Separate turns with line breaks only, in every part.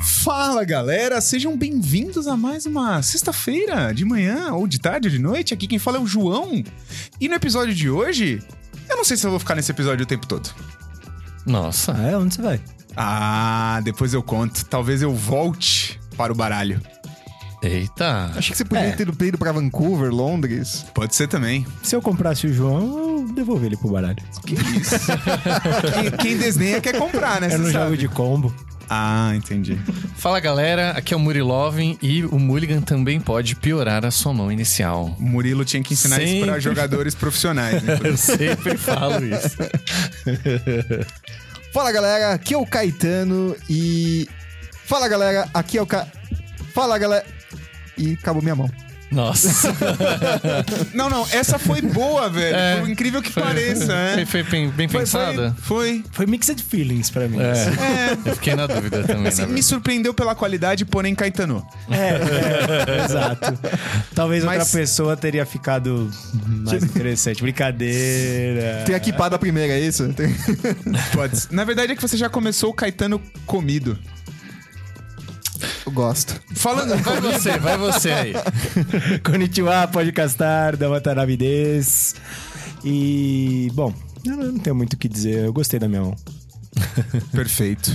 Fala galera, sejam bem-vindos a mais uma sexta-feira de manhã, ou de tarde, ou de noite. Aqui quem fala é o João. E no episódio de hoje, eu não sei se eu vou ficar nesse episódio o tempo todo.
Nossa, é? Onde você vai?
Ah, depois eu conto. Talvez eu volte para o baralho.
Eita.
Achei que você podia
É.
ter ido pra Vancouver, Londres.
Pode ser também.
Se eu comprasse o João, eu devolver ele pro baralho.
Que isso? quem, quem desdenha quer comprar, né?
É
Era
Cê
um jogo
sabe?
de combo.
Ah, entendi.
Fala galera, aqui é o Murilovin e o Mulligan também pode piorar a sua mão inicial.
O Murilo tinha que ensinar isso para
Sempre.
jogadores profissionais. Né?
Eu sempre falo isso.
Fala galera, aqui é o Caetano e. Fala galera, aqui é o Ca. Fala galera. E acabou minha mão.
Nossa.
Não, não, essa foi boa, velho.
É.
Por incrível que pareça, né?
Foi, foi bem, bem
Foi-
pensada?
Foi. foi.
Foi mixed feelings pra mim.
É. Eu fiquei na dúvida também.
Assim,
na
me
verdade.
surpreendeu pela qualidade, porém Caetano.
É, é, exato. Talvez
Mas-
outra pessoa teria ficado mais interessante. Brincadeira.
Tem aqui pá da primeira, é isso? Tem-
Pode ser. Na verdade é que você já começou o Caetano comido.
Eu gosto.
Falando.
Vai você, vai você aí.
Konnichiwa, podcastar, da Matarabides. E, bom, eu não tenho muito o que dizer. Eu gostei da minha mão.
Perfeito.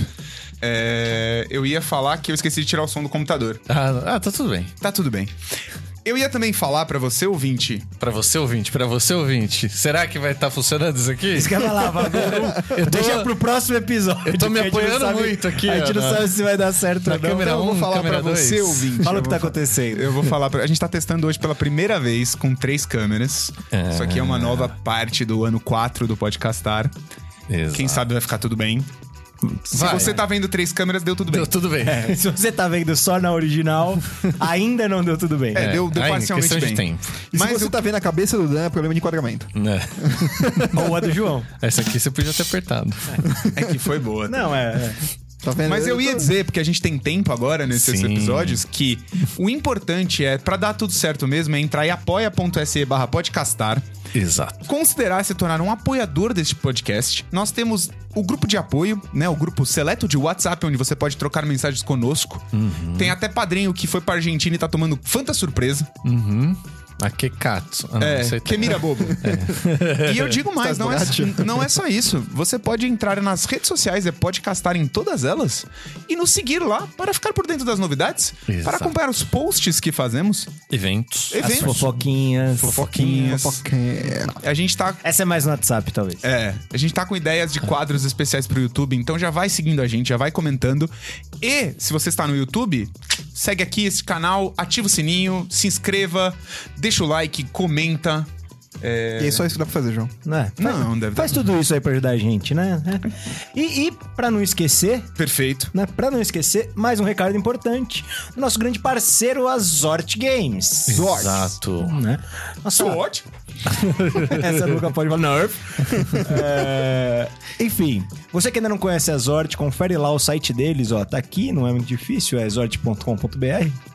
É, eu ia falar que eu esqueci de tirar o som do computador.
Ah, ah, tá tudo bem.
Tá tudo bem. Eu ia também falar pra você, ouvinte.
Pra você ouvinte, pra você ouvinte. Será que vai estar funcionando isso aqui?
Isso que eu falava, agora eu
tô-
deixa pro próximo episódio.
Eu tô me
que a gente não
apoiando muito aqui,
A gente
ó,
não
na-
sabe se vai dar certo
na
ou não.
câmera
então eu vou
um,
falar
câmera
pra
dois.
você, ouvinte. Fala o que tá acontecendo.
Eu vou falar pra. A gente tá testando hoje pela primeira vez com três câmeras.
É.
Isso aqui é uma nova parte do ano 4 do Podcastar.
Exato.
é Quem sabe vai ficar tudo bem. Se
Vai.
você tá vendo três câmeras, deu tudo bem.
Deu tudo bem.
É, se você tá vendo só na original, ainda não deu tudo bem.
É, deu, deu
Ai,
parcialmente
questão
bem.
de tempo.
E
Mas
se você
eu-
tá vendo a cabeça do Dan, é problema de enquadramento.
Né?
Ou a do João.
Essa aqui você podia ter apertado.
É que foi boa.
Não, é. é.
Tá vendo?
Mas eu ia
tô-
dizer, porque a gente tem tempo agora nesses
Sim.
episódios, que o importante é, pra dar tudo certo mesmo, é entrar em apoia.se barra podcastar,
Exato.
considerar se tornar um apoiador deste podcast. Nós temos o grupo de apoio, né? O grupo seleto de WhatsApp, onde você pode trocar mensagens conosco. Tem até padrinho que foi pra Argentina e tá tomando fanta surpresa.
Uhum. Aqui, Katsu. Ah, não, isso
É,
aí
que
tá-
mira bobo. E eu digo mais, não é, não é só isso. Você pode entrar nas redes sociais, é podcastar em todas elas, e nos seguir lá para ficar por dentro das novidades,
Exato.
para acompanhar os posts que fazemos,
Eventos.
As
eventos.
fofoquinhas.
Fofoquinhas.
Fofoquinha.
A gente tá.
Essa é mais no WhatsApp, talvez.
É, a gente tá com ideias de quadros especiais pro YouTube, então já vai seguindo a gente, já vai comentando. E, se você está no YouTube, segue aqui esse canal, ativa o sininho, se inscreva, deixa o like, comenta.
E é só isso que dá pra fazer, João.
Né? Faz,
Não, deve
faz tudo isso aí pra ajudar a gente, né? É. E, e pra não esquecer,
Perfeito.
né? Pra não esquecer, mais um recado importante do nosso grande parceiro, a Zort Games.
Exato.
Né? Nossa,
Sou ótimo.
Essa nunca pode falar. Nerf. É, Enfim, você que ainda não conhece a Zort, confere lá o site deles, ó. Tá aqui, não é muito difícil, é zort.com.br.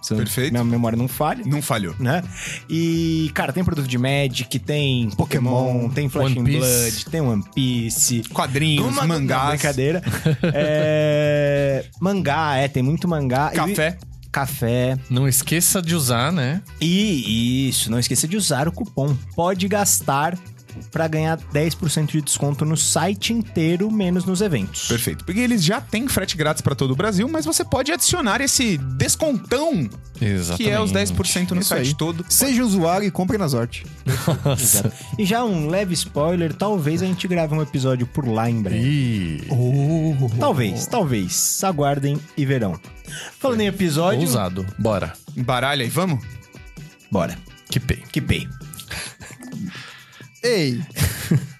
se eu-
Perfeito.
Minha memória não falha.
Não falhou.
Né? E, cara, tem produto de Magic, tem Pokémon, tem Flash
One
and
Piece.
Blood, tem One Piece.
Quadrinhos,
Uma- não,
mangás.
Brincadeira. É, Mangá, é, tem muito mangá. E-
Café.
Café.
Não esqueça de usar, né?
E isso, não esqueça de usar o cupom Pode Gastar para ganhar 10% de desconto no site inteiro, menos nos eventos.
Perfeito. Porque eles já têm frete grátis para todo o Brasil, mas você pode adicionar esse descontão,
Exatamente.
que é os 10% no
Isso
site
aí.
todo.
Seja usuário e compre na sorte.
Exato. E já um leve spoiler, talvez a gente grave um episódio por lá em breve.
E...
Talvez, talvez. Aguardem e verão. Falando em episódio,
Ousado. Bora.
Embaralha e vamos?
bora.
Que pei.
Que bem.
Então, Ei,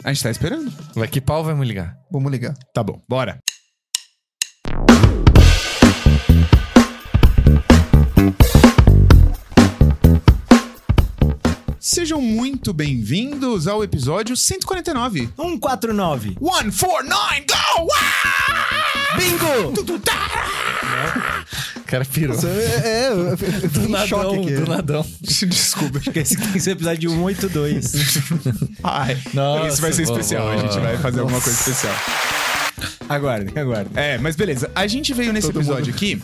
A gente tá esperando.
Vai que pau vai me ligar.
vamos ligar.
Tá bom, bora. Sejam muito bem-vindos ao episódio 149. 149,
149.
go! Ah!
Bingo!
Tu, tu, tá!
O cara pirou.
Você- É, é, eu eu fiquei
Do
em choque
nadão,
aqui.
do nadão.
Desculpa.
Esqueci que esse episódio é 182.
Ai,
Nossa,
isso vai ser
boa,
especial.
boa,
A gente
boa.
vai fazer alguma coisa especial.
aguardem, aguardem.
É, mas beleza. A gente veio nesse episódio aqui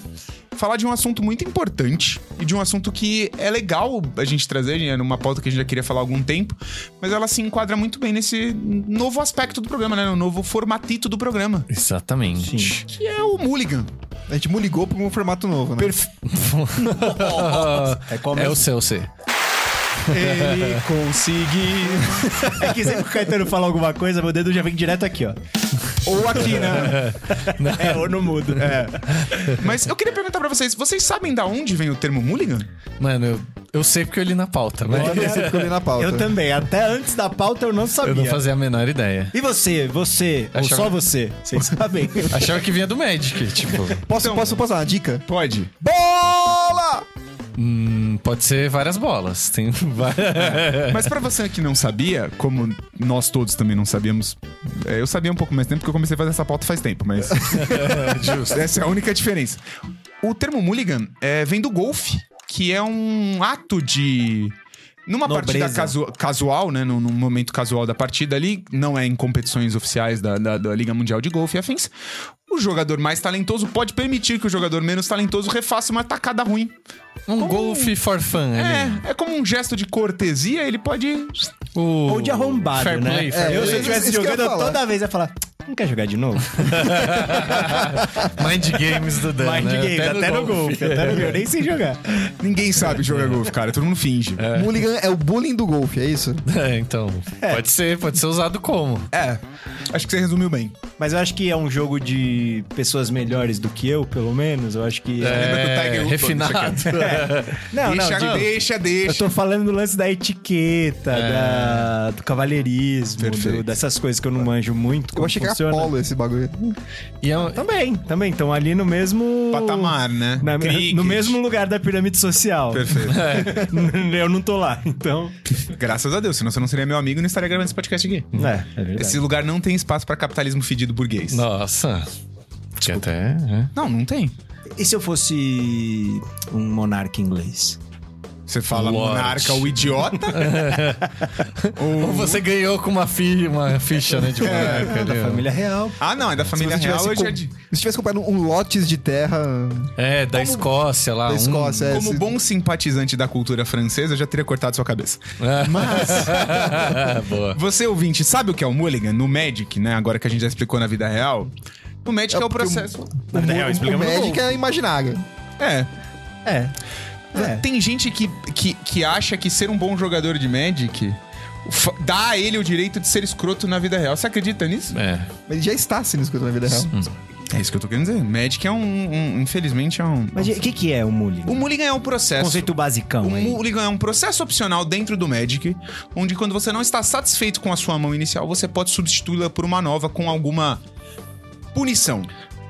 falar de um assunto muito importante e de um assunto que é legal a gente trazer, né? Numa pauta que a gente já queria falar há algum tempo, mas ela se enquadra muito bem nesse novo aspecto do programa, né? No novo formatito do programa,
Exatamente.
que é o Mulligan.
A gente muligou pra um formato novo, né?
É,
É o CLC.
Ele conseguiu. É que sempre que o Caetano fala alguma coisa, meu dedo já vem direto aqui, ó.
Ou aqui, né?
É, ou no mudo. É.
Mas eu queria perguntar pra vocês, vocês sabem da onde vem o termo Mulligan?
Mano, eu, eu sei porque eu li na pauta, mas
Olha, você ficou ali na pauta.
Eu também. Até antes da pauta eu não sabia.
eu não fazia a menor ideia.
E você, você, ou
Achava-
só você? Vocês sabem.
Achava que vinha do Magic, tipo.
Posso, posso, posso dar uma dica?
Pode.
Bola!
hum, pode ser várias bolas. Tem várias.
Mas pra você que não sabia, como nós todos também não sabíamos, é, eu sabia um pouco mais tempo porque eu comecei a fazer essa pauta faz tempo, mas essa é a única diferença. O termo mulligan é, vem do golfe, que é um ato de numa partida
Nobreza.
casu- casual, né, num, num momento casual da partida ali, não é em competições oficiais da, da- da Liga Mundial de Golfe e afins. O jogador mais talentoso pode permitir que o jogador menos talentoso refaça uma tacada ruim.
Um golfe for fun ali.
É, é como um gesto de cortesia, ele pode
O...
Ou de arrombado,
fair
né?
Play, fair
eu,
play.
se eu
Isso
estivesse
que eu ia
jogando, eu
falar.
toda vez ia falar... Não quer jogar de novo?
play. Mind Games do Dan,
Mind
né?
games, até, no golfe. Até no, eu nem sei jogar.
Ninguém sabe jogar golfe, cara. Todo mundo finge.
Mulligan é o bullying do golfe, é isso?
É, então, pode ser, pode ser usado como.
É. Acho que você resumiu bem.
Mas eu acho que é um jogo de pessoas melhores do que eu, pelo menos. Eu acho que...
que o Tiger
É,
Woods
refinado. É.
Não, não,
deixa,
de-
deixa,
Eu
deixa.
tô falando do lance da etiqueta, da- do cavalheirismo,
É. Perfeito.
do- dessas coisas que eu não manjo muito.
Eu achei que era
funciona.
polo esse bagulho.
E é um-
Também, também. Estão ali no mesmo.
Patamar, né?
na-
Cricket.
no mesmo lugar da pirâmide social.
Perfeito.
É.
eu não tô lá, então.
Graças a Deus, senão você não seria meu amigo e não estaria gravando esse podcast aqui.
É, é verdade.
Uhum. Esse lugar não tem espaço pra capitalismo fedido burguês.
Nossa. Que até. é.
Não, não tem.
E se eu fosse um monarca inglês?
Você fala
Lorde.
monarca, o idiota.
Ou você ganhou com uma, fi... uma ficha, né? De uma
É.
Da família real.
Ah, não, é da família
Se você
real.
tivesse
Eu já...
com-
di-
Se tivesse comprado um lotes de terra
É, da Escócia lá.
da
um-
Escócia, é,
Como
se-
bom simpatizante da cultura francesa, eu já teria cortado sua cabeça.
Mas. É. Boa.
Você, ouvinte, sabe o que é o Mulligan? No Magic, né? Agora que a gente já explicou na vida real. O Magic é, o
porque o-
processo.
Na vida real,
o
explicamos
médico é imaginário.
É.
É. É.
Tem gente que, que, que acha que ser um bom jogador de Magic fa- dá a ele o direito de ser escroto na vida real. Você acredita nisso?
É.
Mas ele já está sendo escrito na vida real.
É isso que eu tô querendo dizer. Magic é um. um- infelizmente é um.
Mas o que, que é o Mulligan?
O Mulligan é um processo.
Conceito
O
basicão, hein?
Mulligan é um processo opcional dentro do Magic, onde quando você não está satisfeito com a sua mão inicial, você pode substituí-la por uma nova com alguma punição.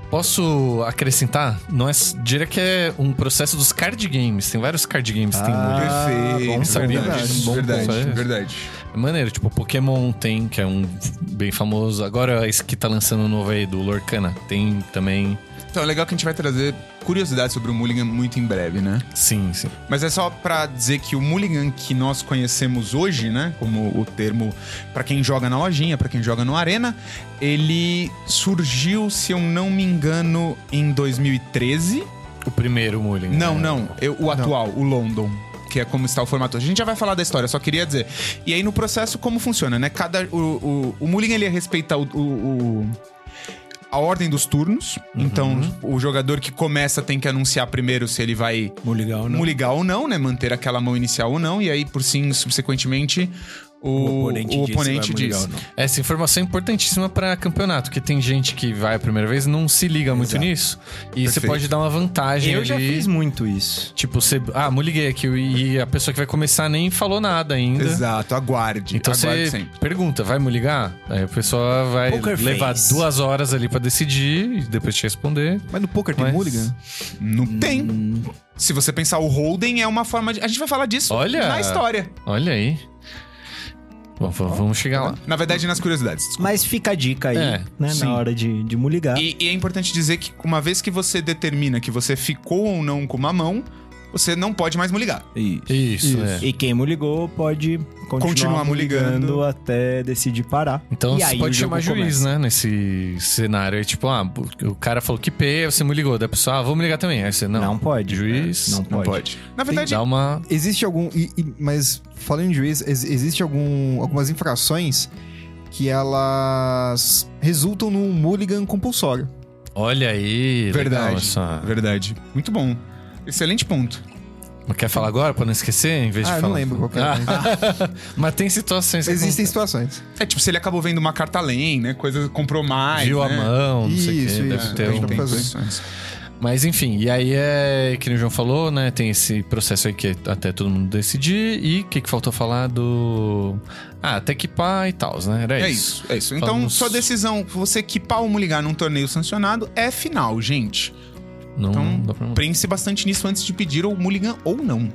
Posso acrescentar? Não é, diria que é um processo dos card games. Tem vários card games que tem Mulligan.
Perfeito.
Ah, bom né?
saber
verdade,
disso. Bom
verdade,
saber.
verdade.
É maneiro, tipo, Pokémon tem, que é um bem famoso. Agora esse que tá lançando o novo aí, do Lorcana. Tem também.
Então é legal que a gente vai trazer curiosidades sobre o Mulligan muito em breve, né?
Sim, sim.
Mas é só pra dizer que o mulligan que nós conhecemos hoje, né, como o termo pra quem joga na lojinha, pra quem joga no arena, ele surgiu, se eu não me engano, em 2013.
O primeiro Mulligan.
Não,
né?
É. não, eu- o atual, o London. Que é como está o formato. hoje. A gente já vai falar da história, só queria dizer. E aí, no processo, como funciona, né? Cada. O, o, o Mulligan ele respeita o- o- o, a ordem dos turnos. Então, o jogador que começa tem que anunciar primeiro se ele vai
Mulligan ou
muligar ou não, né? Manter aquela mão inicial ou não, e aí, por sim, subsequentemente, o, o oponente,
se vai
diz.
mulligar ou é não.
Essa informação é importantíssima pra campeonato, que tem gente que vai a primeira vez e não se liga muito
Exato.
nisso. E você
Perfeito.
pode dar uma vantagem
é
Eu
ali.
já fiz muito isso.
Tipo, você. Ah, me liguei aqui. E a pessoa que vai começar nem falou nada ainda.
Exato, aguarde.
Então
aguarde
você
sempre.
pergunta, vai me ligar? Aí a pessoa vai
Poker
levar
face.
duas horas ali pra decidir e depois te responder.
Mas no poker tem
Mas-
mulligan?
Não tem. Se você pensar, o holding é uma forma de. A gente vai falar disso
Olha!
na história.
Olha aí. Bom, v- vamos chegar lá.
Na verdade, nas curiosidades.
Mas fica a dica aí,
É,
né?
sim.
Na hora de, de muligar.
E, e é importante dizer que uma vez que você determina que você ficou ou não com uma mão, você não pode mais muligar.
Isso.
Isso,
Isso.
é.
E quem me ligou pode continuar,
Continuar me ligando.
ligando até decidir parar.
Então
E
você
aí o
pode chamar
jogo
juiz,
começa.
né? Nesse cenário. Aí, tipo, ah, o cara falou que P, você me ligou. Daí a pessoa, ah, vou me ligar também. Aí você, não.
Não, pode.
Juiz.
Não
Não
pode.
pode. Na verdade,
Dá uma.
Existe algum. e- e- mas falando em juiz, ex- existe algum, algumas infrações que elas resultam num mulligan compulsório.
Olha aí. legal
verdade.
essa-
Verdade. Muito bom. Excelente ponto.
Quer falar agora pra não esquecer? Em vez
Ah,
de
eu
falar.
não lembro qual que é.
Ah. Mas tem situações que
Existem situações.
É tipo, se ele acabou vendo uma carta além, né? Coisa comprou mais.
acontecem. Viu a
né? É,
mão, não sei o
Isso,
quê. Deve
isso.
ter
Tem
um-
tem
fazer.
condições.
Mas enfim, e aí é que nem o João falou, né? Tem esse processo aí que é até todo mundo decidir. E o que, que faltou falar do. Ah, até que pá e tal, né? Era
É
isso.
isso, é isso. Então,
Falamos-
sua decisão, você equipar ou ligar num torneio sancionado, é final, gente.
Não
Então,
dá pra
Pense bastante nisso antes de pedir o Mulligan ou não.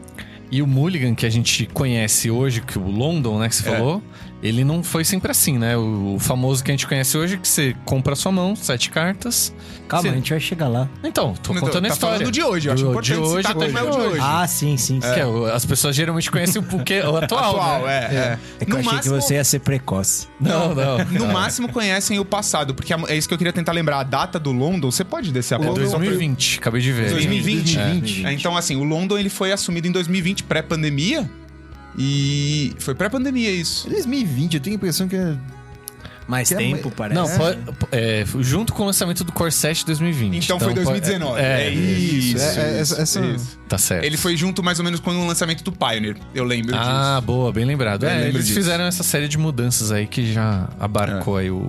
E o Mulligan que a gente conhece hoje, que o London, né, que você
É.
falou, ele não foi sempre assim, né? O, o famoso que a gente conhece hoje, que você compra a sua mão, sete cartas.
Calma,
Sim.
a gente vai chegar lá.
Então, tô
Não,
contando
tá
a história.
falando de hoje, eu acho
Do-
importante
de hoje,
citar
hoje,
como é o de
hoje.
hoje.
Ah, sim, sim. sim.
Que é o- as pessoas geralmente conhecem o, porque, o atual,
Atual,
né?
é, é.
É que eu
No
achei
máximo-
que você ia ser precoce.
Não, não. É.
No máximo conhecem o passado, porque é isso que eu queria tentar lembrar. A data do London, você pode descer a
É
pauta?
2020, acabei de ver.
2020.
2020.
É, então, assim, o London ele foi assumido em 2020, pré-pandemia. E foi pré-pandemia
É.
isso.
2020, eu tenho a impressão que é.
Mais
Que é
tempo,
mu-
parece.
Não, pode- é, junto com o lançamento do Corset 2020.
Então, foi
pode-
2019.
É,
É, isso.
é- é-
isso,
essa-
isso.
tá certo.
Ele foi junto mais ou menos com o lançamento do Pioneer. Eu lembro
Ah,
disso.
boa, bem lembrado.
Eu
É,
lembro
eles
disso. É.
fizeram essa série de mudanças aí que já abarcou aí o,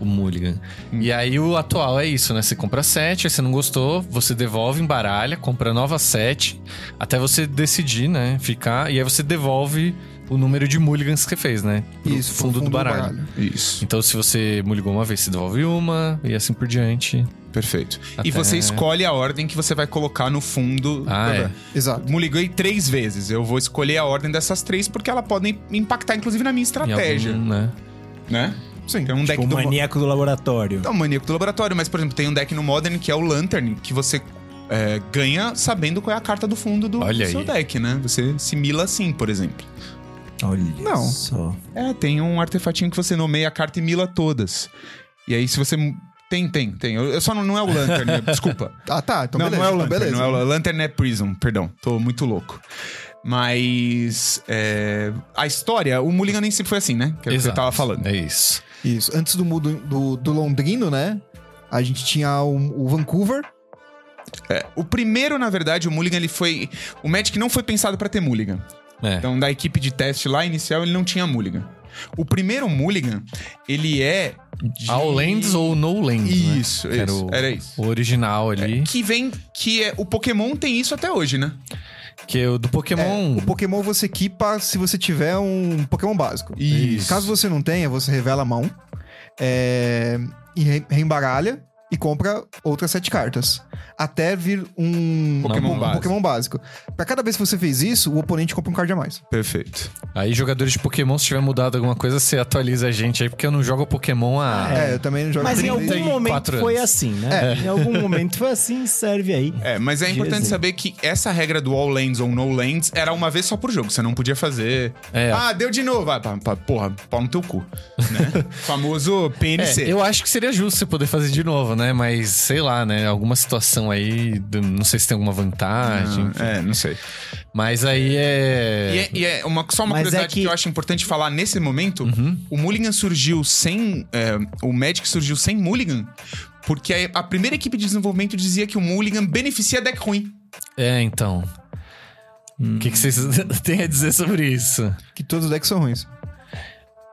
o Mulligan.
Hum.
E aí o atual é isso, né? Você compra sete, aí você não gostou, você devolve, embaralha, compra nova sete, até você decidir, né? Ficar, e aí você devolve o número de Mulligans que você fez, né? Pro
Isso, pro
fundo, do baralho.
Isso.
Então, se você mulligou uma vez, você devolve uma, e assim por diante.
Perfeito.
Até-
E você escolhe a ordem que você vai colocar no fundo.
Ah, é.
Exato.
Muliguei três vezes. Eu vou escolher a ordem dessas três porque ela podem impactar, inclusive, na minha
Em
estratégia.
algum, né?
Né? Sim. Tem um
Tipo,
deck
o
do.
maníaco do laboratório.
É um maníaco do laboratório, mas, por exemplo, tem um deck no Modern que é o Lantern, que você é, ganha sabendo qual é a carta do fundo do,
Olha
do seu
aí.
deck, né? Você simila assim, por exemplo.
Olha
Não.
só.
É, tem um artefatinho que você nomeia a carta e mila todas. E aí, se você. Tem, tem, tem. Eu eu só não, não é o Lantern, né? desculpa.
Ah, tá. Então
não,
beleza.
não é o
então
Lantern,
beleza.
não é o Lan- Lantern é Prism, perdão. Tô muito louco. Mas é, a história, o Mulligan nem sempre foi assim, né? Que é o que você
Exato.
tava falando.
É isso.
Isso. Antes do mundo do, do Londrino, né? A gente tinha o, o Vancouver.
O primeiro, na verdade, o Mulligan, ele foi... O Magic não foi pensado pra ter Mulligan.
É.
Então, da equipe de teste lá inicial, ele não tinha Mulligan. O primeiro Mulligan, ele é... De...
All Lands ou No Lands, né?
Isso,
Que Era,
isso.
o,
Era isso.
o original ali.
Que vem... Que é... O Pokémon tem isso até hoje, né?
Que é o do Pokémon.
É,
O Pokémon você equipa se você tiver um Pokémon básico.
Isso.
Caso você não tenha, você revela a mão. é, e re- reembaralha e compra outras sete cartas. Até vir um
Pokémon
um
básico.
Pokémon básico. Pra cada vez que você fez isso, o oponente compra um card a mais.
Perfeito.
Aí, jogadores de Pokémon, se tiver mudado alguma coisa, você atualiza a gente aí, porque eu não jogo Pokémon há.
É, eu também não jogo
Mas em
com
algum
ninguém.
momento
anos.
foi assim, né? Em algum momento foi assim, serve aí.
É, mas é importante
Jesus.
saber que essa regra do all lands ou no lands era uma vez só por jogo. Você não podia fazer.
É.
Ah, deu de novo. Ah, pá, pá, porra, pau no teu cu. Né? Famoso PNC.
É, eu acho que seria justo você poder fazer de novo, né? Mas sei lá, né? Alguma situação aí, do- não sei se tem alguma vantagem. enfim.
É, não sei.
Mas aí é.
E é, e é uma, só uma
Mas
curiosidade
é
que...
que-
eu acho importante falar nesse momento:
Uhum.
o Mulligan surgiu sem. é, o Magic surgiu sem Mulligan, porque a, a primeira equipe de desenvolvimento dizia que o Mulligan beneficia deck ruim.
É, então. O que, que vocês têm a dizer sobre isso?
Que todos os decks são ruins.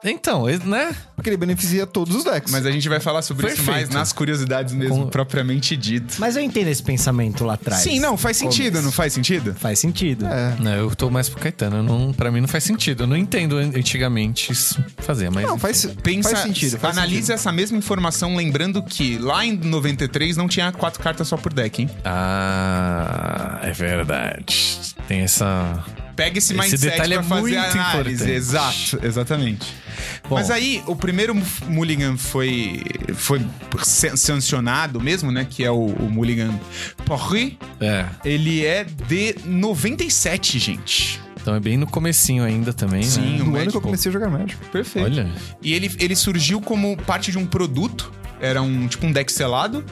Então, é- né?
Porque ele beneficia todos os decks.
Mas a gente vai falar sobre isso
Perfeito.
mais nas curiosidades mesmo,
Com-
propriamente dito.
Mas eu entendo esse pensamento lá atrás.
Sim, não, faz sentido, não faz sentido?
Faz sentido.
É.
Não, Né, eu tô mais pro Caetano. eu Não, pra mim não faz sentido. Eu não entendo antigamente isso fazer, mas.
Não, faz,
é, Pensa,
faz sentido. Faz
analise
sentido.
essa mesma informação, lembrando que lá em 93 não tinha quatro cartas só por deck, hein?
Ah, é verdade. Tem essa.
pega esse,
Esse
mindset
detalhe
pra
é
fazer
muito
a análise.
importante.
Exato, exatamente.
Bom.
Mas aí, o primeiro mu- Mulligan foi, foi san- sancionado mesmo, né? Que é o, o Mulligan Porri.
É.
Ele é de 97, gente.
Então é bem no comecinho ainda também,
Sim,
né?
o
No ano
Magic,
que eu comecei a jogar Magic.
Perfeito.
Olha,
E ele, ele surgiu como parte de um produto, era um tipo um deck selado.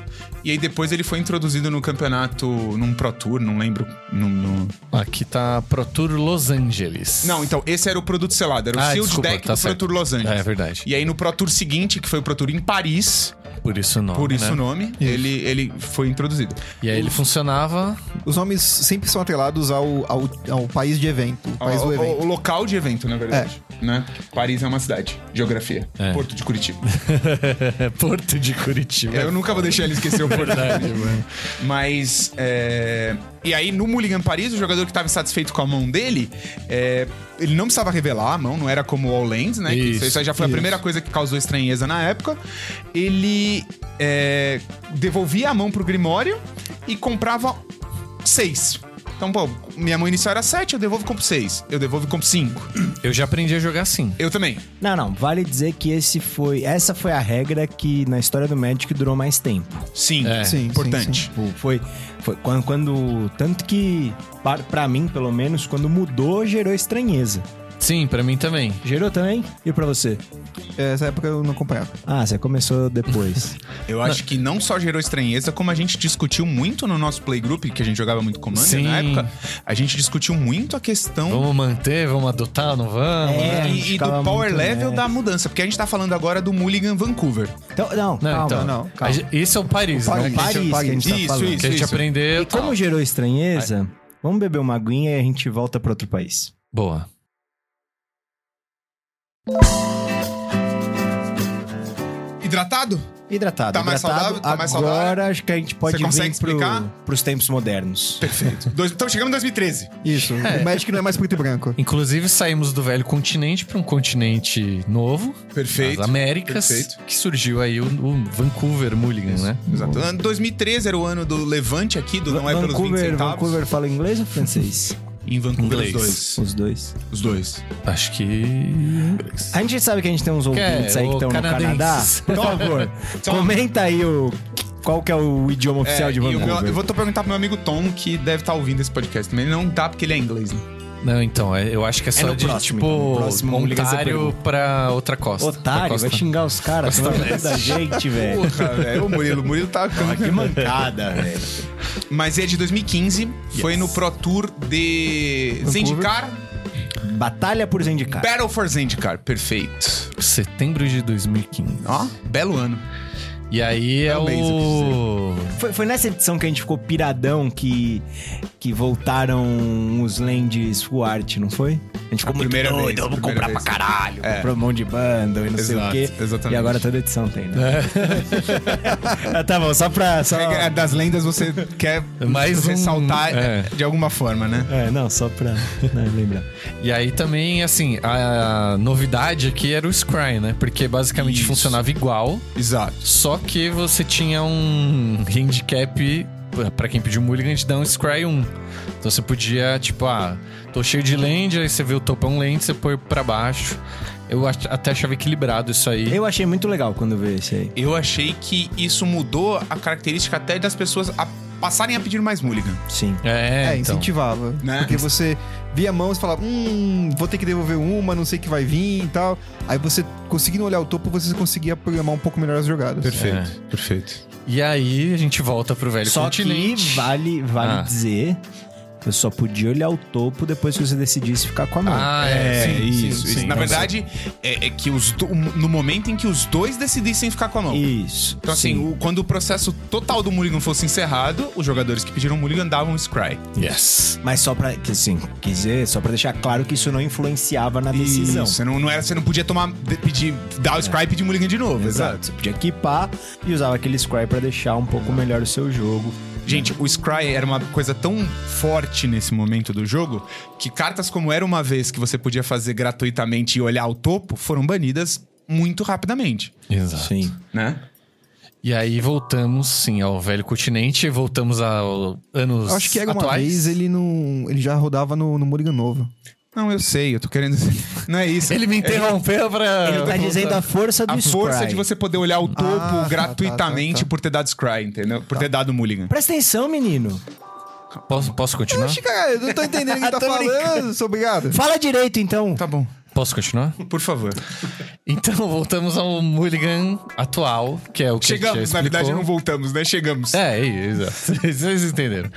E aí depois ele foi introduzido no campeonato, num Pro Tour, não lembro. num- num-
aqui tá Pro Tour Los Angeles.
Não, então esse era o produto selado, era o
Ah,
Sealed
desculpa,
Deck
tá
do Pro
certo.
Tour Los Angeles.
É verdade.
E aí no Pro Tour seguinte, que foi o Pro Tour em Paris,
Por isso não.
por
né?
isso o nome, ele, ele foi introduzido.
E é aí ele funcionava.
Os nomes sempre são atrelados ao, ao, ao país de evento,
um
Ah, O,
país do evento.
o- o local de evento, na verdade. Né? Paris é uma cidade, geografia.
É.
Porto de Curitiba.
Porto de Curitiba.
É, Eu nunca vou deixar ele esquecer o Porto.
É Verdade, mano.
Mas. é, E aí, no Mulligan Paris, o jogador que estava insatisfeito com a mão dele, é, ele não precisava revelar a mão, não era como o All Lands, né? Que
Isso,
isso aí já foi a primeira coisa que causou estranheza na época. Ele é, devolvia a mão pro Grimório e comprava seis. Então, pô, minha mão inicial era sete, eu devolvo e compro seis. Eu devolvo e compro cinco.
Eu já aprendi a jogar assim.
Eu também.
Não, não. Vale dizer que esse foi, essa foi a regra que na história do Magic durou mais tempo.
Sim,
É.
sim
Sim,
importante.
Tipo, foi, foi quando, quando- Tanto que, para, pra mim, pelo menos, quando mudou, gerou estranheza.
Sim, pra mim também.
Gerou também? E pra você?
Essa época eu não acompanhava.
Ah, você começou depois.
Eu acho que não só gerou estranheza, como a gente discutiu muito no nosso playgroup, que a gente jogava muito Commander
Sim.
na época, a gente discutiu muito a questão
Vamos manter, vamos adotar, não vamos?
É.
né?
a gente
e, e do
ficava
power
muito,
level
né?
da mudança, porque a gente tá falando agora do Mulligan Vancouver.
então, não,
Não,
calma.
então.
não,
A gente- Esse é o Paris,
O
né?
Paris,
Paris.
que a gente tá
Isso,
falando.
isso.
Que a gente aprendeu.
E como gerou estranheza, vamos beber uma aguinha e a gente volta pra outro país.
Boa.
Hidratado?
Hidratado.
Tá mais
hidratado.
saudável? Tá mais
Agora
saudável?
acho que a gente pode
Você consegue
vir pro,
explicar?
pros tempos modernos.
Perfeito. Dois, então chegamos em 2013.
Isso, o Magic não é mais preto e branco.
Inclusive, saímos do velho continente para um continente novo,
Perfeito.
as Américas,
Perfeito.
que surgiu aí o, o Vancouver Mulligan, né?
Exato. Ano- 2013 era o ano do levante aqui, do não é pelos 20
Vancouver,
centavos.
Vancouver fala inglês ou francês?
Em Vancouver, os
Inglês.
dois.
Os dois.
Os dois.
Acho que.
A gente sabe que a gente tem uns ouvintes aí
o
que estão no Canadá.
canadenses.
Por favor, comenta aí o, qual que é o idioma oficial
É,
de
e o
Vancouver.
meu- eu vou tô perguntar pro meu amigo Tom, que deve estar ouvindo esse podcast também. Ele não tá, porque ele é inglês, né?
Não, então, é- eu acho que é só
no
de
próximo, então, no
tipo
próximo Mulligan você
Ontário pra outra costa. pra
Otário,
costa.
vai xingar os caras, tá falando da gente, velho.
Porra, velho. O Murilo, o Murilo tá.
Ah, Que mancada, velho.
Mas é de 2015, foi no Pro Tour de Zendikar,
Batalha por Zendikar.
Battle for Zendikar, perfeito.
Setembro de 2015.
Ó, belo ano.
E aí é
Parabéns, eu quis
o.
Foi, foi nessa edição que a gente ficou piradão que, que voltaram os lands full art, não foi? A gente ficou muito
primeira
doido,
vez, a
vamos
primeira
comprar
vez.
pra caralho, comprou um monte de bando e não
Exato,
sei o quê.
exatamente.
E agora toda edição tem, né? Ah, tá bom, só pra... Só...
É, das lendas você quer
Mais um-
ressaltar
é.
de alguma forma, né?
É, não, só pra né, lembrar.
E aí também, assim, a novidade aqui era o Scry, né? Porque basicamente
Isso.
funcionava igual,
Exato.
só que você tinha um handicap. eh, Pra quem pediu mulligan, te dá um Scry 1. Então você podia, tipo, ah, tô cheio de land, aí você vê o topão land, você põe pra baixo. Eu ach- até achava equilibrado isso aí.
Eu achei muito legal quando eu vi esse aí.
Eu achei que isso mudou a característica até das pessoas a passarem a pedir mais Mulligan.
Sim.
É,
É,
então.
incentivava.
Né?
Porque você via a mão e falava, hum, vou ter que devolver uma, não sei o que vai vir e tal. Aí você, conseguindo olhar o topo, você conseguia programar um pouco melhor as jogadas.
Perfeito, perfeito.
E aí a gente volta pro velho
Só que
continente.
vale, vale
Ah.
dizer que eu só podia olhar o topo depois que você decidisse ficar com a mão.
Ah, é, sim,
isso,
sim,
isso.
sim.
Na
Então,
verdade, é, é que os do- no momento em que os dois decidissem ficar com a mão.
Isso.
Então, assim,
Sim.
o- quando o processo total do Mulligan fosse encerrado, os jogadores que pediram Mulligan davam um Scry.
Yes.
Mas só pra, que, assim, quer dizer, só pra deixar claro que isso não influenciava na decisão.
Você não, não era, você não podia tomar, de- pedir, dar o Scry e pedir Mulligan de novo. Exato.
Você podia equipar e usava aquele Scry pra deixar um pouco melhor o seu jogo.
Gente, o Scry era uma coisa tão forte nesse momento do jogo que cartas como Era Uma Vez, que você podia fazer gratuitamente e olhar o topo, foram banidas muito rapidamente,
Exato.
Sim.
né?
E aí voltamos, sim, ao velho continente, voltamos ao anos
Eu acho que era uma
atuais.
vez ele não. Ele já rodava no, no Mulligan Novo.
Não, eu sei, eu tô querendo. Não é isso.
Ele me interrompeu pra...
Ele tá dizendo a força do
A força
Scry.
de você poder olhar o topo
tá, tá,
gratuitamente
tá, tá.
por ter dado Scry, entendeu? Por ter dado Mulligan.
Presta atenção, menino.
Posso, posso continuar?
Cara, Tipo, eu não tô entendendo o que tá
Tô
falando. Sou obrigado.
Fala direito, então.
Tá bom.
Posso continuar?
Por favor.
Então, voltamos ao Mulligan atual, que é o que a gente
Chegamos,
já
na verdade,
explicou.
não voltamos, né? Chegamos.
É, é, exato. Vocês entenderam.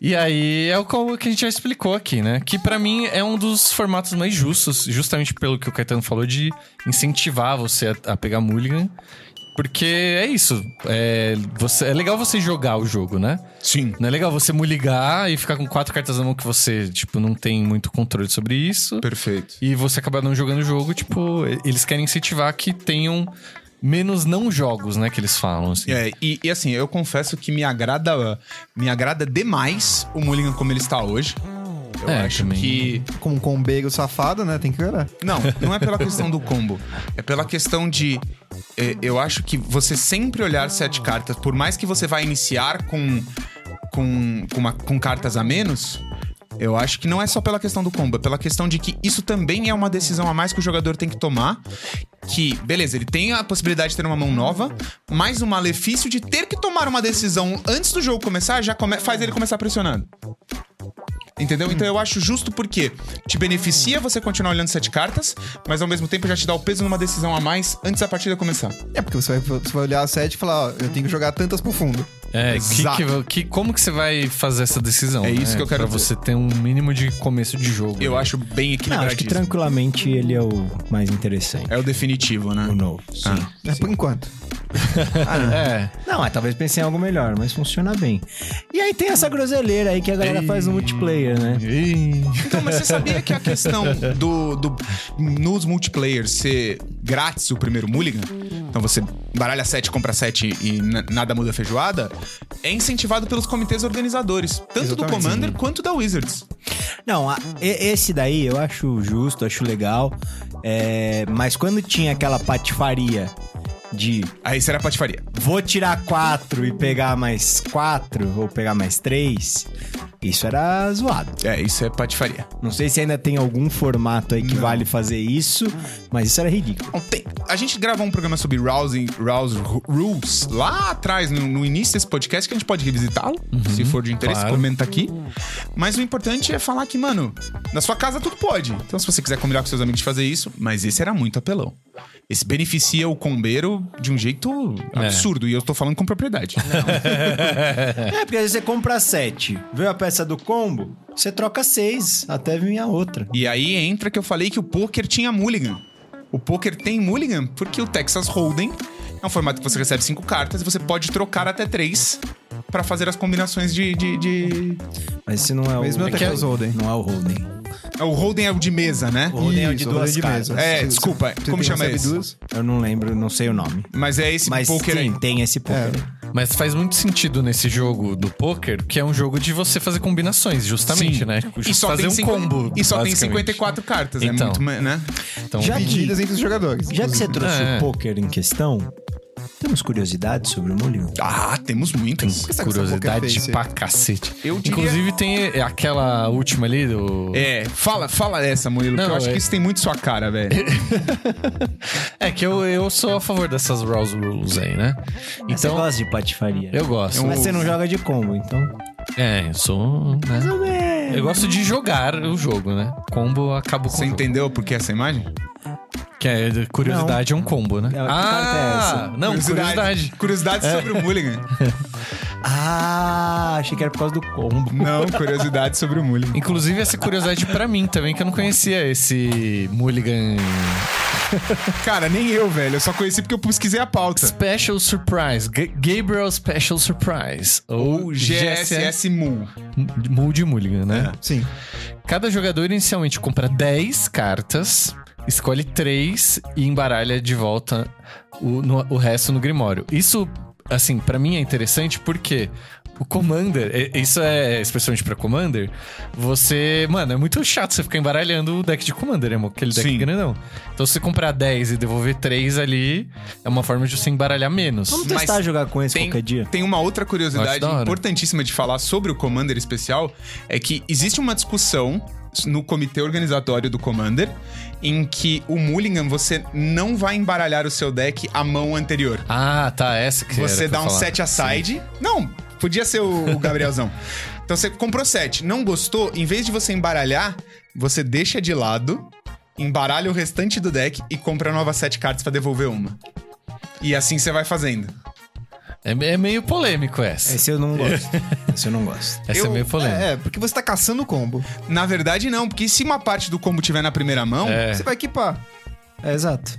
E aí é o como que a gente já explicou aqui, né? Que pra mim é um dos formatos mais justos, justamente pelo que o Caetano falou, de incentivar você a, a pegar Mulligan. Porque é isso. É, você- é legal você jogar o jogo, né?
Sim.
Não é legal você muligar e ficar com quatro cartas na mão que você, tipo, não tem muito controle sobre isso.
Perfeito.
E você acabar não jogando o jogo, tipo, e- eles querem incentivar que tenham menos não jogos, né? Que eles falam, assim.
É, e, e assim, eu confesso que me agrada me agrada demais o Mulligan como ele está hoje. Eu
É,
acho
também.
que.
Com um combeiro safado, né? Tem que olhar.
Não, não é pela questão do combo. É pela questão de. é, eu acho que você sempre olhar sete cartas, por mais que você vá iniciar com, com, com, uma- com cartas a menos. Eu acho que não é só pela questão do combo, é pela questão de que isso também é uma decisão a mais que o jogador tem que tomar. Que, beleza, ele tem a possibilidade de ter uma mão nova, mas o malefício de ter que tomar uma decisão antes do jogo começar já come- faz ele começar pressionando. Entendeu? Então eu acho justo porque te beneficia você continuar olhando sete cartas, mas ao mesmo tempo já te dá o peso numa decisão a mais antes da partida começar.
É, porque você vai, você vai olhar a sete e falar, ó, eu tenho que jogar tantas pro fundo.
É, que,
Exato.
que- que- como que você vai fazer essa decisão?
É isso
né?
que eu quero
Pra
dizer.
você ter um mínimo de começo de jogo.
Eu
né?
acho bem
Não, acho que
equilibradíssimo.
tranquilamente ele é o mais interessante.
é o definitivo, né?
O novo. Sim.
É, por enquanto.
É.
Não, mas talvez pensei em algo melhor, mas funciona bem. E aí tem essa groselheira aí que a galera faz no multiplayer,
É.
né?
Ih,
Então, mas você sabia que a questão do, do nos multiplayer ser grátis o primeiro mulligan? Então você baralha 7, compra 7 e na- nada muda a feijoada, é incentivado pelos comitês organizadores, tanto do
Exatamente.
Commander quanto da Wizards.
Não, a- e- esse daí eu acho justo, acho legal. é, mas quando tinha aquela patifaria de
Aí será patifaria.
vou tirar quatro e pegar mais quatro, ou pegar mais três, isso era zoado.
É, isso é patifaria.
Não sei se ainda tem algum formato aí que vale fazer isso, mas isso era ridículo.
Bom, tem- a gente gravou um programa sobre Rousing, Rouse Ru- Rules lá atrás, no, no início desse podcast, que a gente pode revisitá-lo. se for de interesse,
Uhum. claro.
comenta aqui. Mas o importante é falar que, mano, na sua casa tudo pode. Então, se você quiser combinar com seus amigos de fazer isso, mas esse era muito apelão. Esse beneficia o combeiro de um jeito
É.
absurdo. E eu tô falando com propriedade.
É, porque às vezes você compra sete, vê a peça do combo, você troca seis, até vir a outra.
E aí entra que eu falei que o poker tinha mulligan. O poker tem mulligan porque o Texas Hold'em é um formato que você recebe cinco cartas e você pode trocar até três pra fazer as combinações de, de, de-
Mas esse não é o...
Mas meu
é que
Texas
é-
Hold'em.
Não é o Holden.
É, O Hold'em é o de mesa, né?
O Hold'em é o de
Isso,
duas
hold'em de
caras.
mesa.
É,
Você-
desculpa,
você
como
tem-
chama
recebe
esse?
duas?
Eu não lembro, não sei o nome.
Mas é esse
Mas
poker aí.
sim, tem esse poker. aí.
Mas faz muito sentido nesse jogo do poker, que é um jogo de você fazer combinações, justamente, né?
E só,
fazer
tem
um
cinco-
combo.
e só tem
basicamente.
54 cartas, é
Então.
muito, ma- né?
Então,
Já que,
Medidas entre os jogadores.
já que você trouxe
É.
o poker em questão, temos curiosidades sobre o Mulligan?
Ah, temos muitas.
que essa boca é
curiosidade
feia,
pra cacete.
Eu diria-
Inclusive tem aquela última ali do.
É, fala, fala essa, Murilo, que
Não,
eu acho
é-
que isso tem muito sua cara, velho.
É que eu, eu sou a favor dessas Rouse Rules aí, né?
Mas Você
Então,
gosta de patifaria.
eu gosto.
Mas você não joga de combo, então.
É, eu sou. né? Eu gosto de jogar o jogo, né? Combo acaba com
Você
o jogo.
entendeu por que essa imagem?
Que é, curiosidade é um combo, né?
É, que carta é essa?
não, curiosidade. É.
Curiosidade sobre o Mulligan.
Ah, achei que era por causa do combo.
Não, curiosidade sobre o Mulligan.
Inclusive, essa curiosidade pra mim também, que eu não conhecia esse Mulligan
Cara, nem eu, velho. Eu só conheci porque eu pesquisei a pauta.
Special Surprise. G- Gabriel Special Surprise. Ou
O GSS Mul.
Muldi Mulligan, né?
Sim.
Cada jogador inicialmente compra 10 cartas, escolhe 3 e embaralha de volta o, no- o resto no Grimório. Isso, assim, pra mim é interessante porque O Commander, é- isso é especialmente pra Commander, você. Mano, é muito chato você ficar embaralhando o deck de Commander, é mo- aquele deck
Sim.
grandão. Então, se você comprar 10 e devolver 3 ali, é uma forma de você embaralhar menos.
Vamos
Mas
testar jogar com esse
Tem,
qualquer dia.
tem uma outra
Acho
curiosidade
da hora.
importantíssima de falar sobre o Commander especial: é que existe uma discussão no comitê organizatório do Commander em que o Mulligan você não vai embaralhar o seu deck à mão anterior.
Ah, tá, essa que
Você
era pra
dá um
falar.
set aside. Não, podia ser o, o Gabrielzão. então você comprou set, não gostou, em vez de você embaralhar, você deixa de lado, embaralha o restante do deck e compra novas sete cartas pra devolver uma. E assim você vai fazendo.
É, me- é meio polêmico essa.
Esse eu não gosto. esse eu não gosto.
Essa é
eu-
meio polêmica.
É, porque você tá caçando o combo.
Na verdade, não, porque se uma parte do combo tiver na primeira mão.
É,
Você vai equipar.
É, exato.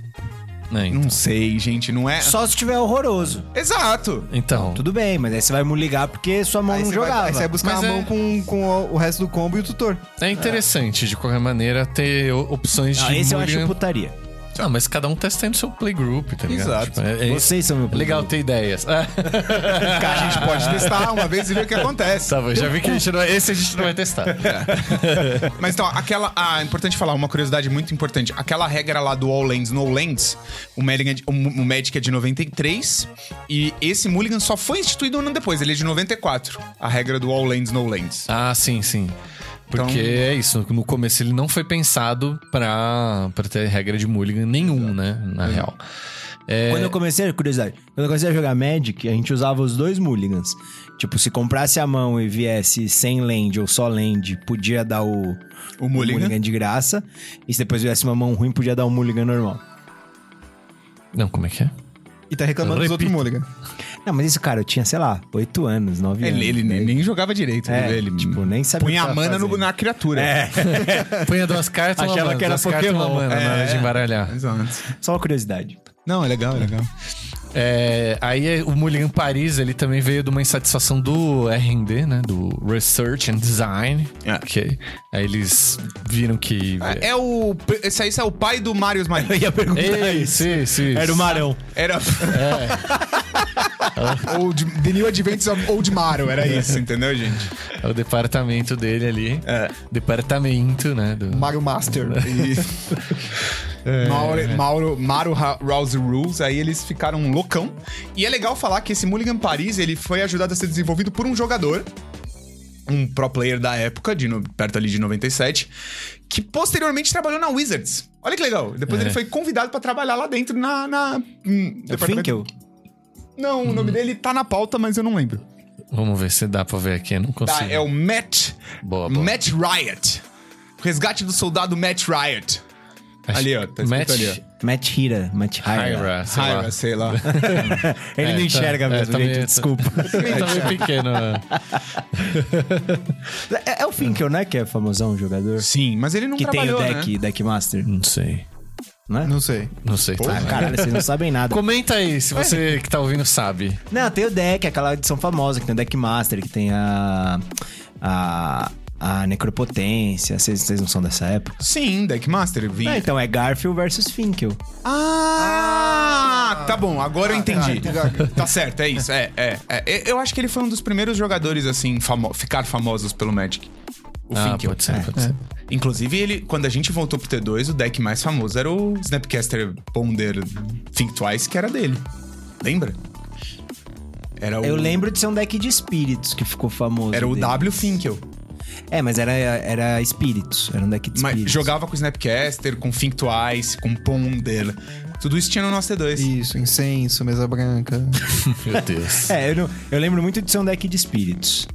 né, então.
Não sei, gente, não é.
Só se tiver
Tá
horroroso.
Exato!
Então,
Tudo bem, mas aí você vai me ligar porque sua mão
Aí
não
você vai,
jogava.
aí você vai buscar
Mas
a
é-
mão com, com o, o resto do combo e o tutor.
é interessante, de qualquer maneira, ter o- opções
Ah,
de.
esse eu acho
Mulligan.
putaria.
Ah, mas cada um testando seu playgroup, tá ligado?
Exato.
é, é-
Vocês são meu
é legal
público.
ter ideias.
A gente pode testar uma vez e ver o que acontece.
Tá bom, já vi que a gente não, esse a gente não vai testar.
Mas então, aquela. Ah, é importante falar, uma curiosidade muito importante. Aquela regra lá do All Lands, No Lands, o Magic, é de- o o Magic é de 93 e esse Mulligan só foi instituído um ano depois, ele é de 94. A regra do All Lands, No Lands.
Ah, sim, sim.
Então-
Porque é isso, no começo ele não foi pensado pra, pra ter regra de mulligan nenhum, né? Na real. É,
Quando eu comecei, curiosidade, quando eu comecei a jogar Magic, a gente usava os dois Mulligans. Tipo, se comprasse a mão e viesse sem land ou só land, podia dar o,
O Mulligan.
de graça. E se depois viesse uma mão ruim, podia dar o Mulligan normal.
Não, como é que é?
E tá reclamando dos outros
Repito.
Mulligan.
Não, mas isso, cara, eu tinha, sei lá, 8 anos, 9 anos.
É, Ele, ele nem, nem jogava direito,
É,
né? ele
tipo, nem sabia
punha
o que
a
tava
mana no-
fazendo.
na criatura. É,
Punha duas cartas,
Achava
uma
que era
duas cartas, uma
Pokémon. É.
mana, na hora de embaralhar.
exato.
Só uma curiosidade.
Não, é legal, é legal.
É, aí é, o Mulligan Paris, ele também veio de uma insatisfação do R&D, né? Do Research and Design.
É.
Que aí eles viram que...
É, é o. Esse aí esse é o pai do Marius Marinho.
ia perguntar
isso, isso, isso.
Era o Marão.
Era. Old, the New Adventures of Old Maro, era isso, entendeu, gente?
É o departamento dele ali.
É.
Departamento, né? Do...
Mario Master.
Mauro, Mauro, Mauro Ra- Rouse Rules, aí eles ficaram um loucão. E é legal falar que esse Mulligan Paris, ele foi ajudado a ser desenvolvido por um jogador, um pro player da época, de no- perto ali de 97, que posteriormente trabalhou na Wizards. Olha que legal. Depois ele foi convidado pra trabalhar lá dentro na... na hum,
Eu
departamento-
É Finkel.
Não, o nome dele tá na pauta, mas eu não lembro.
Vamos ver se dá pra ver aqui. Eu não consigo.
Tá, é o Matt...
Boa, boa.
Matt Riot. O resgate do soldado Matt Riot.
Acho-
ali, ó, tá escrito
Match
ali,
Matt Hira, Matt Hira.
Hyra, sei lá.
Hyra, sei lá.
Ele
É,
não
tá-
enxerga
é,
mesmo,
tá
gente,
meio-
desculpa.
Tá meio pequeno. né?
é, é o Finkel, né, que é famosão jogador?
Sim, mas ele não
Que tem o
trabalhou,
deck,
né?
deck master,
Não sei.
né?
Não sei.
Não sei. tá.
é.
Ah, caralho, vocês não sabem nada.
Comenta aí se você que tá ouvindo sabe.
Não, tem o deck, aquela edição famosa que tem o deck master, que tem a. a. a necropotência. Vocês, vocês não são dessa época?
Sim, Deck Master. Vim.
Ah, então é Garfield versus Finkel.
Ah, tá bom, agora eu entendi.
tá,
Tá certo, é isso. É, é, é. Eu- Eu acho que ele foi um dos primeiros jogadores, assim, famo ficar famosos pelo Magic. O
ah,
Finkel.
pode ser, pode ser.
Inclusive, ele, quando a gente voltou pro T2, o deck mais famoso era o Snapcaster Ponder Think Twice, que era dele. Lembra? Era o,
Eu lembro de ser um deck de espíritos que ficou famoso.
Oh. Era o
dele.
W Finkel.
É, mas era, era espíritos. Era um deck de
Mas
espíritos.
jogava com o Snapcaster, com Think Twice, com Ponder. Tudo isso tinha no nosso T2.
Isso, incenso, mesa branca.
Meu Deus.
É, eu, não- eu lembro muito de ser um deck de espíritos.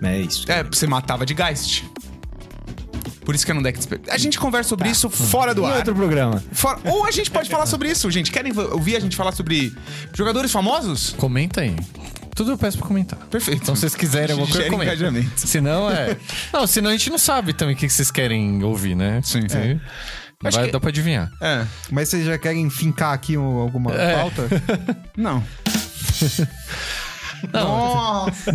É isso.
É, você matava de Geist. Por isso que era um deck de... espe- A gente conversa sobre isso fora do
Em
ar.
Tá. outro programa.
Fora- Ou a gente pode falar sobre isso, gente. Querem v- ouvir a gente falar sobre jogadores famosos?
Comenta aí. Tudo eu peço pra comentar.
Perfeito.
Então, se vocês quiserem alguma coisa,
Gera
comenta.
engajamento.
Se não, é... Não, senão a gente não sabe também o que vocês querem ouvir, né?
Sim.
É. Não
Acho
vai,
que-
Dá pra adivinhar.
É.
Mas vocês já querem fincar aqui um- alguma
É.
pauta?
Não. Nossa!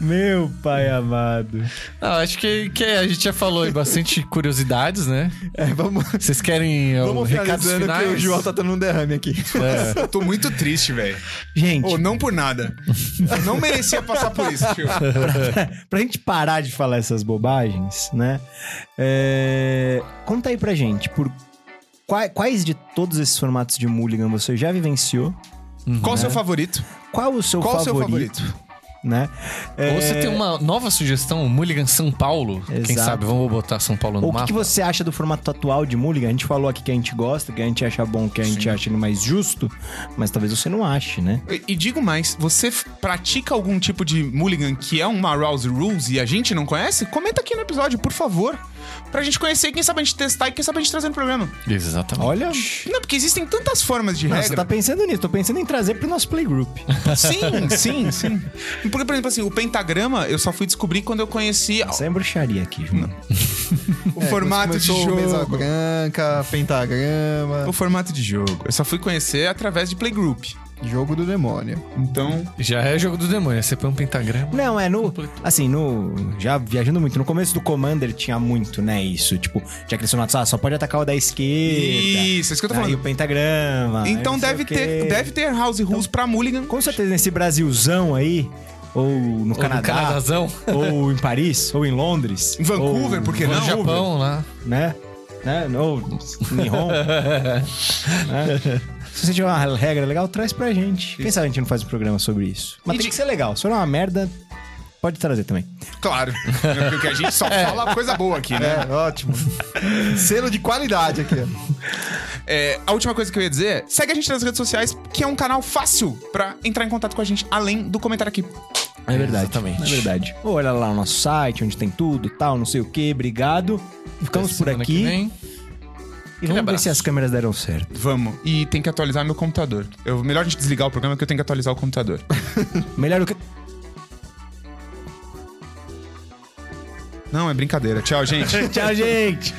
Meu pai amado.
Não, acho que, que a gente já falou aí bastante curiosidades, né?
É, vamos,
Vocês querem ó,
vamos
recados
finalizando que
finais?
o João tá dando um derrame aqui.
É.
Tô muito triste, velho.
Gente,
Ou não por nada. Eu não merecia passar por isso, tio.
pra gente parar de falar essas bobagens, né? é, Conta aí pra gente, por qua- quais de todos esses formatos de Mulligan você já vivenciou?
Qual o seu favorito?
Qual o seu
Qual o seu
favorito?
favorito?
Né? É,
Ou você tem uma nova sugestão, um Mulligan São Paulo? Quem
Exato.
sabe, vamos botar São Paulo no
Ou o que,
mapa?
que você acha do formato atual de Mulligan? A gente falou aqui que a gente gosta, que a gente acha bom, que a gente acha ele mais justo, mas talvez você não ache, né?
E, e digo mais, você f- pratica algum tipo de mulligan que é uma Rouse Rules e a gente não conhece? Comenta aqui no episódio, por favor. Pra gente conhecer, quem sabe a gente testar e quem sabe a gente trazer no programa.
Exatamente.
Olha,
Não, porque existem tantas formas de
não, você
regra.
tá pensando nisso, tô pensando em trazer pro nosso playgroup.
Sim, sim, sim. Porque, por exemplo, assim, o pentagrama eu só fui descobrir quando eu conheci
Sem bruxaria aqui, João.
o formato de
Começou né? Mesa
jogo.
branca, pentagrama,
O formato de jogo. Eu só fui conhecer através de playgroup.
jogo do demônio.
Então,
Já é jogo do demônio, você põe um pentagrama.
Não, é no. Assim, no. Já viajando muito. No começo do Commander tinha muito, né? Isso. Tipo, tinha aquele formato, ah, só pode atacar o da esquerda.
Isso, é isso que eu tô
Aí o
falando.
pentagrama. aí
Então
não sei
deve
o quê.
ter, deve ter House Rules pra Mulligan.
Com certeza, nesse Brasilzão aí, ou no
Ou no
Canadá,
Canadazão,
ou em Paris, ou em Londres.
Em Vancouver,
ou,
por que
ou
não?
no Japão lá.
Né? Né? Ou em Roma. né? Se você tiver uma regra legal, traz pra gente. Quem sabe a gente não faz um programa sobre isso. Mas
E
tem
de-
que ser legal. Se for uma merda, pode trazer também.
Claro. Porque a gente
É.
só fala coisa boa aqui, né?
É, ótimo. Selo de qualidade aqui. ó.
É, a última coisa que eu ia dizer, segue a gente nas redes sociais, que é um canal fácil pra entrar em contato com a gente, além do comentário aqui.
É verdade.
Exatamente.
É verdade. Olha lá o nosso site, onde tem tudo, tal, não sei o que. Obrigado. Ficamos por
Semana que
aqui.
vem.
E vamos ver
abraço.
se as câmeras deram certo.
Vamos. E tem que atualizar meu computador. Eu, melhor a gente desligar o programa que eu tenho que atualizar o computador.
Melhor o que.
Não, é brincadeira. Tchau, gente.
Tchau, gente!